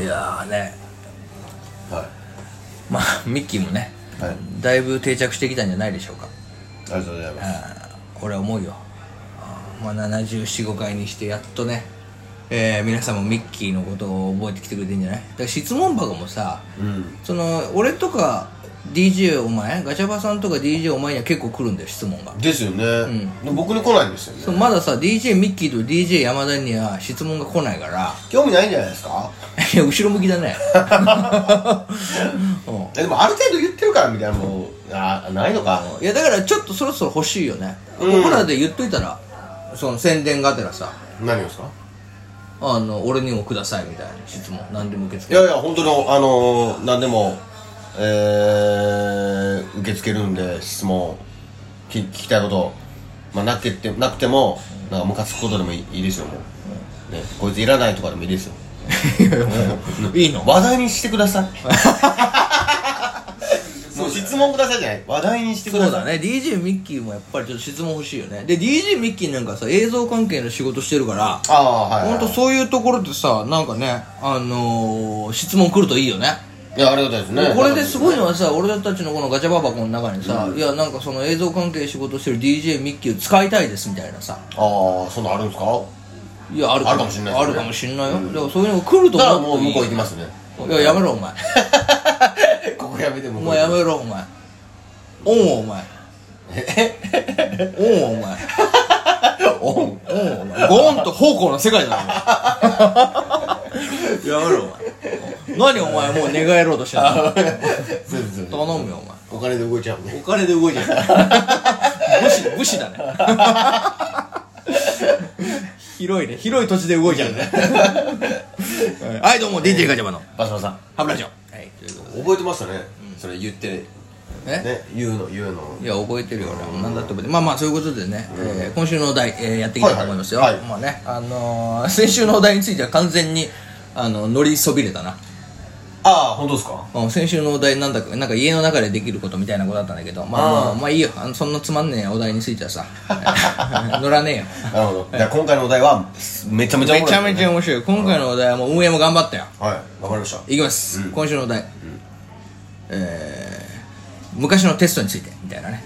いやーねはいまあミッキーもね、はいだいぶ定着してきたんじゃないでしょうかありがとうございますうん俺は思うよあーまあ745回にしてやっとね、えー皆さんもミッキーのことを覚えてきてくれてんじゃないだから質問箱もさ、うんその俺とか DJ お前ガチャバさんとか DJ お前には結構来るんだよ質問が、ですよね、で僕に来ないんですそようねまださ DJ ミッキーと DJ 山田には質問が来ないから興味ないんじゃないですかいや後ろ向きだ ねうんえでもある程度言ってるからみたいなもうあないのかいやだからちょっとそろそろ欲しいよね、うん僕らで言っといたらその宣伝がてらさ何をですかあの俺にもくださいみたいな質問何でも受けい付けやいや本当にあのー、何でもえー、受け付けるんで質問聞聞きたいことまあなくてなくてもなんかムカつくことでもいいいいですよもう、ね、こいついらないとかでもいいですよるいいの話題にしてく ださいもう質問くださいじゃない話題にしてくだそさいうだね DJ ミッキーもやっぱりちょっと質問欲しいよねで DJ ミッキーなんかさ映像関係の仕事してるからああはい、ほはんとそういうところってさなんかねあのー、質問来るといいよねい、いやありがたいですねこれですごいのはさ俺たちのこのガチャババコの中にさ、いやなんかその映像関係仕事してる DJ ミッキーを使いたいですみたいなさああそんなんあるんですかいやあるあるかもしんないですあねるかもしんないよ、だからそういうのが来るとだから思もううとい向いこう行きますねいややめろお前ここやめてもおう前やめろお前オンをお前オンを お前オオンンをお前ゴーンと方向の世界だなお 前やめろお前何お前もう寝返ろうとしてんの そうですそうです頼むよお前お金で動いちゃうねお金で動いてる武士武士だね 広いね広い土地で動いちゃう ねはいはいどうも DJ ガチャバのバスバさんハブラジオはいということで覚えてましたね、それ言ってえね言うの言うのいや覚えてるよ俺は何だって覚えてるまあまあそういうことでね、えー今週のお題、えーやっていきたいと思いますよ、はいはいまあねあのー 先週のお題については完全にあの乗りそびれたなああ本当ですかうん先週のお題なんだかなんか家の中でできることみたいなことだったんだけどまあまあまあいいよあのそんなつまんねえお題についてはさ 乗らねえよなるほどじゃあ今回のお題はめちゃめちゃめちゃめちゃゃ面白い今回のお題はもう運営も頑張ったよはいわかりましたいきます、うん今週のお題、えー昔のテストについてみたいなね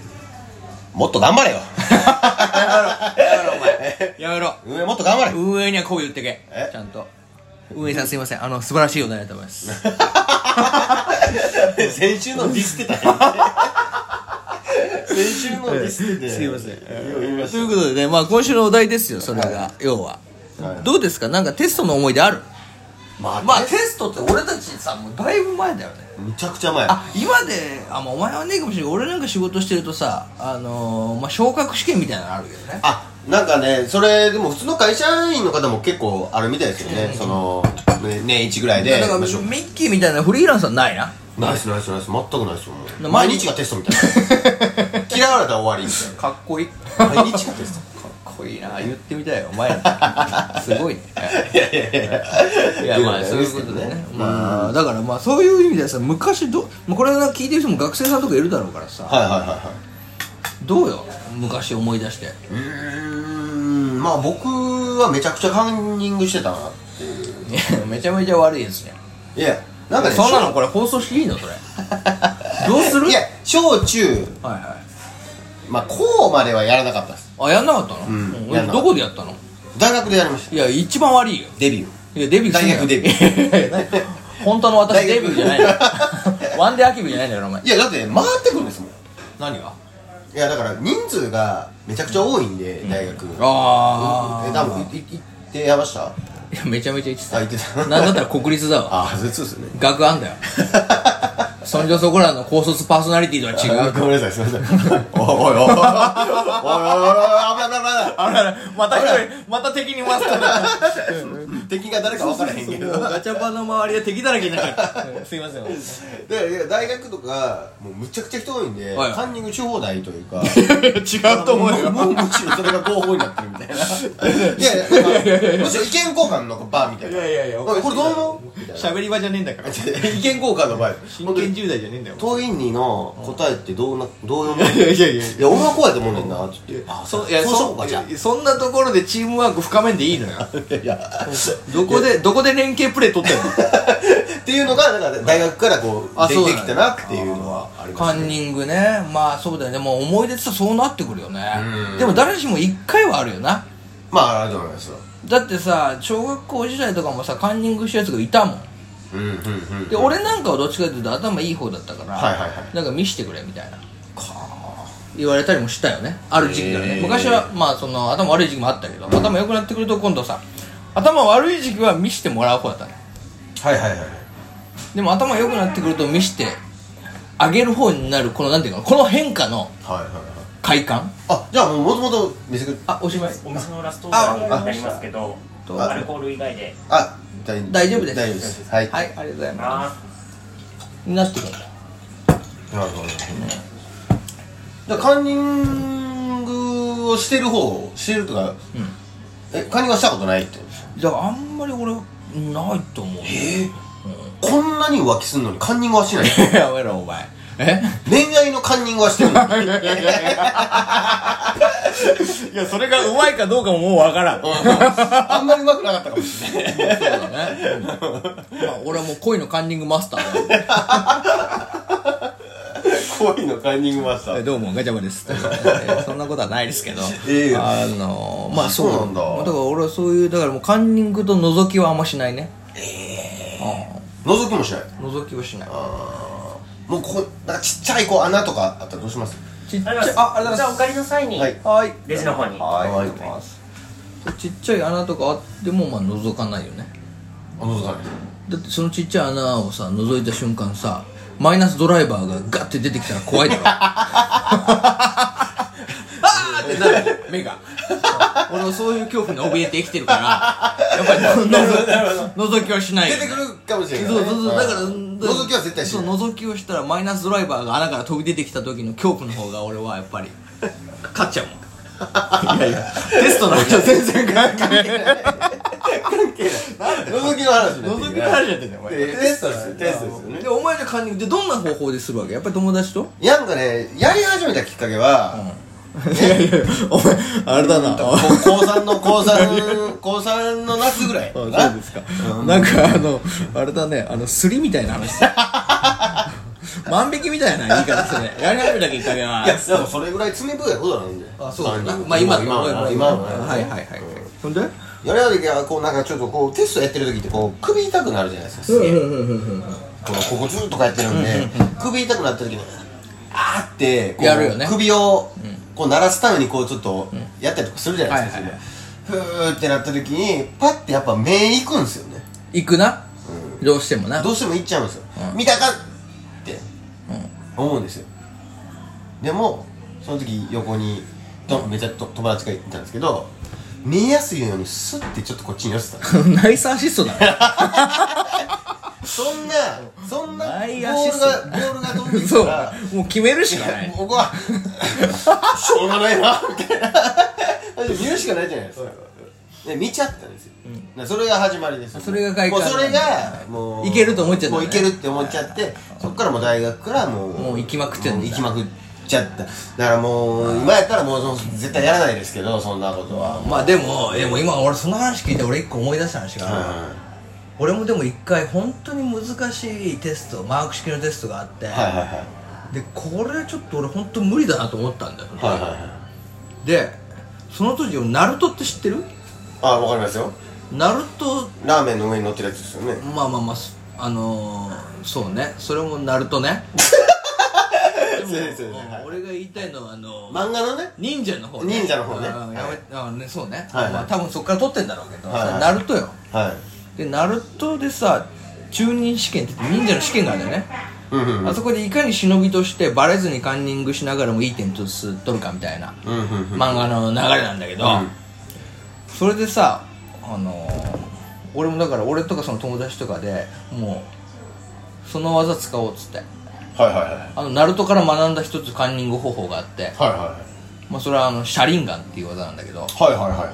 もっと頑張れよ やめろ上もっと頑張れ運営にはこう言ってけえちゃんと運営さんすいませんあの素晴らしいお題だと思います 先週のディスってたよ 先週のディスっててすいません言いまとしいうことでねまあ今週のお題ですよそれが、要は、はいどうですかなんかテストの思い出あるたまあ、まあテストって俺たちさもうだいぶ前だよねむちゃくちゃ前あ今であ、まあ、お前はねえかもしれない俺なんか仕事してるとさあのーまあ、昇格試験みたいなのあるけどねあなんかねそれでも普通の会社員の方も結構あるみたいですよね、そのね年一ぐらいでだからミまあしょッキーみたいなフリーランスはないなナイスナイスナイス全くないですよもう毎毎日日がテストみたいな嫌われたら終わりみた かっこいいかいな毎日がテスっこいいな言ってみたいよお前 らすごいねトいやいやい やいやまあそういうことでねまあだからまあそういう意味ではさ昔どうまあこれは聞いてる人も学生さんとかいるだろうからさはいはいはいはいどうよ昔思い出してうーんまあ僕はめちゃくちゃカンニングしてたなっていういやめちゃめちゃ悪いですねいやなんかねそんなのこれ放送していいのそれどうするいや小中はいはいまあ高まではやらなかったですあやんなかったの、んうんやんなかったどこでやったの大学でやりましたいや一番悪いよデビューいやデビューすんなよ大学デビュいやいや本当の私大デビュ学ーじゃないのワンデーアキビじゃないんだよお前いやだって回ってくるんですもん何がいやだから人数がめちゃくちゃ多いんで、大学あーえ多分いい行ってやりましたあいやめちゃめちゃ言って行ってたたなんだったら国立だわ ああそうそうで すよね学あんだよそんじょそこらの高卒パーソナリティとは違うあごめんなさ いすいませんおいおいおいおいおいおいおいおいおい危ない危ないあららまた一人また敵に回すから危ない敵が誰か分からへんけどガチャパの周りは敵だらけになっちゃうすいませんでいや大学とかもうむちゃくちゃ人多いんで、はいカンニングし放題というか違うと思うよもうもうむしろそれが合法になってるみたいないやいや,、まあ、むしろ意見交換のバーみたいないやいやいやおこかしいれだろどう思うみたいな喋り場じゃねえんだから意見交換の場合真剣10代じゃねえんだよトインニの答えってどうな、どう読 むいやいやいやいや俺はこうやって思うねんなって言ってあそそういやそうしよそうかじゃそんなところでチームワーク深めんでいいのよあいやどこでどこで連携プレー取ってんのっていうのがなんか大学からこうあ出そうてなんだきたなっていうのはありまカすンねニングねまあそうだよねもう思い出ってそうなってくるよねうんでも誰しも一回はあるよなまああると思いますよだってさ小学校時代とかもさカンニングしたやつがいたもんうんうんうんで俺なんかはどっちかというと頭いい方だったから、はいはいはなんか見してくれみたいな言われたりもしたよねある時期からね、昔はまあその頭悪い時期もあったけど頭良くなってくると今度さ頭悪い時期は見してもらう方だったねはいはいはいでも頭良くなってくると見してあげる方になるこのなんていうかなこの変化のはいはいはい快感あじゃあもともと見せくあおしまいお店のラストオーダーになりますけどああアルコール以外であ大大丈夫です大丈夫ですはいはいありがとうございまなすになってくるんだなるほどじゃあカンニングをしてる方してるとかうえカンニングはしたことないってんだからあんまり俺ないと思うええこんなに浮気すんのにカンニングは しない やめろお前え恋愛のカンニングはしてるのにうんいやそれがうまいかどうかももうわからんあんまりうまくなかったかもしれないそうだね、まあ 俺はもう恋のカンニングマスターだよ恋のカンニングマスタ えーどうもガチャバですということでえそんなことはないですけどええあのまあそうそうなんだだから俺はそういうだからもうカンニングと覗きはあんましないね覗きもしないうん覗きはしないもうここなんかちっちゃいこう穴とかあったらどうしますちっちあゃいりがとうございますあありがじとゃうごあおざい帰りの際にはいますはいレジの方にはいありがとうございますちっちゃい穴とかあってもまあ覗かないよねあ覗かないだってそのちっちゃい穴をさ覗いた瞬間さマイナスドライバーがガッて出てきたら怖いだろあーってなる目が俺はそういう恐怖に怯えて生きてるからやっぱりのぞ覗きはしないよ出ねてくるかもしれないそうそうそうだから覗きは絶対しそうない覗きをしたらマイナスドライバーが穴から飛び出てきた時の恐怖の方が俺はやっぱり勝っちゃうもんいやいや テストなんか全然関係ない覗きの話になっ てる覗きの話になってんだよお前いやいやテストですよテストですよねでお前のカンニングでどんな方法でするわけやっぱり友達といやなんかねやり始めたきっかけは、 いやいやお前あれだなこ高3の高3 高3の夏ぐらいかそうなですか、なんかあのあれだねあのすりみたいな話 万引きみたいな言い方ですねやり始めたきっかけはいやでもそれぐらい罪深いことなんでああそうだなねまあ今の今は今の今ののははいはいはいはいほんでうやり始めた時はこうなんかちょっとこうテストやってる時ってこう首痛くなるじゃないですかすげえんうんうんうんこのここずっとこうやってるんで首痛くなった時にあーってこうやるよね首をこう鳴らすためにこうちょっとやったりとかするじゃないですかはいはいはいそれでふーってなった時にパッてやっぱ目いくんですよね行くなどうしてもなどうしてもいっちゃうんですようん見たかって思うんですよでもその時横にとめちゃと友達がいたんですけど見えやすいようにスッてちょっとこっちに寄せたんです ナイスアシストだねそんなそんなボ内ール野シスがボールが飛んで きそたうらもう決めるしかない僕はしょうがないなみたいな見るしかないじゃないですかで見ちゃったんですよ、だからそれが始まりですそれが外もう観それがもういけると思っちゃったもねういけるって思っちゃってそっからもう大学からもうもう行きまくってんだもう行きまくっちゃっただからもう今やったらもうその絶対やらないですけどそんなことは、まあでもでも今俺その話聞いて俺一個思い出した話がある、は俺もでも一回本当に難しいテストマーク式のテストがあって、いはいはいはでこれちょっと俺本当無理だなと思ったんだよ、いはいはいはいでその当時ナルトって知ってるあわかりますよナルトラーメンの上に乗ってるやつですよねまあまあまあすあのー、そうねそれもナルトねでも そうですよねはい俺が言いたいのはあのー漫画のね忍者の方忍者の方ねうんやめあねそうね、はいはいまあ、多分そっから撮ってんだろうけど、はいはいナルトよはいでナルトでさ中忍試験って言って忍者の試験があるんだよね、うんうんうんあそこでいかに忍びとしてバレずにカンニングしながらもいい点と数取るかみたいなうんうんうん漫画の流れなんだけど、うんそれでさあのー俺もだから俺とかその友達とかでもうその技使おうっつってはいはいはいあのナルトから学んだ一つカンニング方法があって、はいはいはいまあ、それはあのシャリンガンっていう技なんだけどはいはいはいはい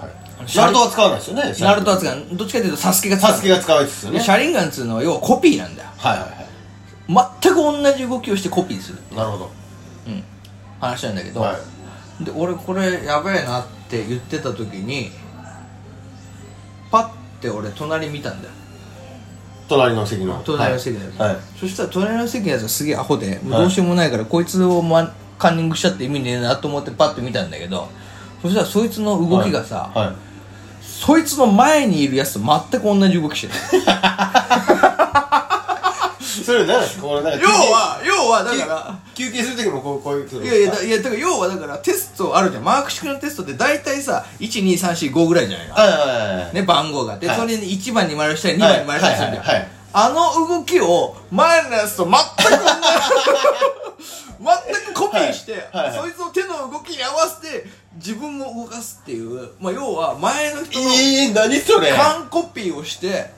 シャナリルトは使わないですよねナルトは使うどっちかっていうとサスケが使うサスケが使うやつですよねでシャリンガンっつうのは要はコピーなんだよはいはいは全く同じ動きをしてコピーする、いなるほうん、話なんだけど、どはいで俺これやべえなって言ってた時にパッって俺隣見たんだよ隣の席の隣の席のやつ、はい、はいそしたら隣の席のやつがすげえアホで、もうはいどうしようもないからこいつを、ま、カンニングしちゃって意味ねえなと思ってパッと見たんだけどそしたらそいつの動きがさ、はいそいつの前にいるやつと全く同じ動きしてる それなんかこれなんか要は要はだから休憩する時もこうこういういやいやだいやだから要はだからテストあるじゃんマーク式のテストって大体さ12345ぐらいじゃないの、はいはいはいね、番号がで、はいそれに1番に丸したり2番に丸したりするじゃん、はいはいはいはいあの動きを前のやつと全く同じ全くコピーして、はいはいそいつの手の動きに合わせて自分も動かすっていう、まあ、要は前の人のええ何それ完コピーをして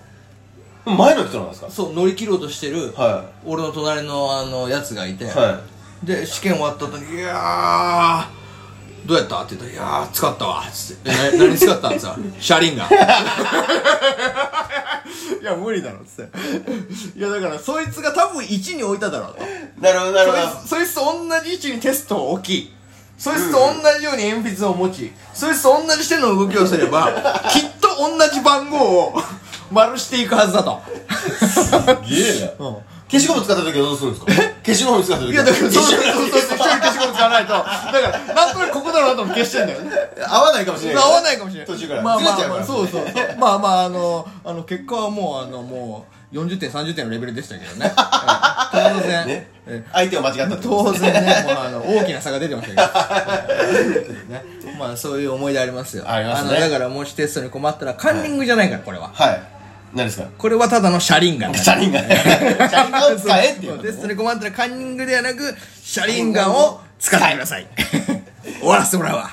前の人なんですかそう乗り切ろうとしてる、は俺の隣のあのやつがいて、いはで試験終わった後に「いやーどうやった?」って言ったら「いやー使ったわ」っつって「えな何使ったんですか?」「車輪が」 いや無理だろ」っつっていやだからそいつが多分1に置いただろうといなるほどなるほどそいつそいつと同じ位置にテストを置きそいつと同じように鉛筆を持ちそいつと同じ手の動きをすれば きっと同じ番号を丸していくはずだとすげえな消しゴム使った時はどうするんですか消しゴム使った時はいやだからそうそうそうそう一人消しゴム使わないとだからなんとなくここだろうなと思って消してんだよね合わないかもしれない合わないかもしれない途中からまあまずれちあゃうまかあらそうそうそうまあまああのあの結果はもうあのもう40点30点のレベルでしたけどねええ当然ねええ相手を間違ったってこと当然ねもうあの大きな差が出てましたけどねまあそういう思い出ありますよありますねのだからもしテストに困ったらカンニングじゃないからこれははい何ですか これはただの車輪ガンだ車 輪が車輪が使えっていうそうことテねストに困ったらカンニングではなく車輪ガンを使ってください終わらせてもらうわ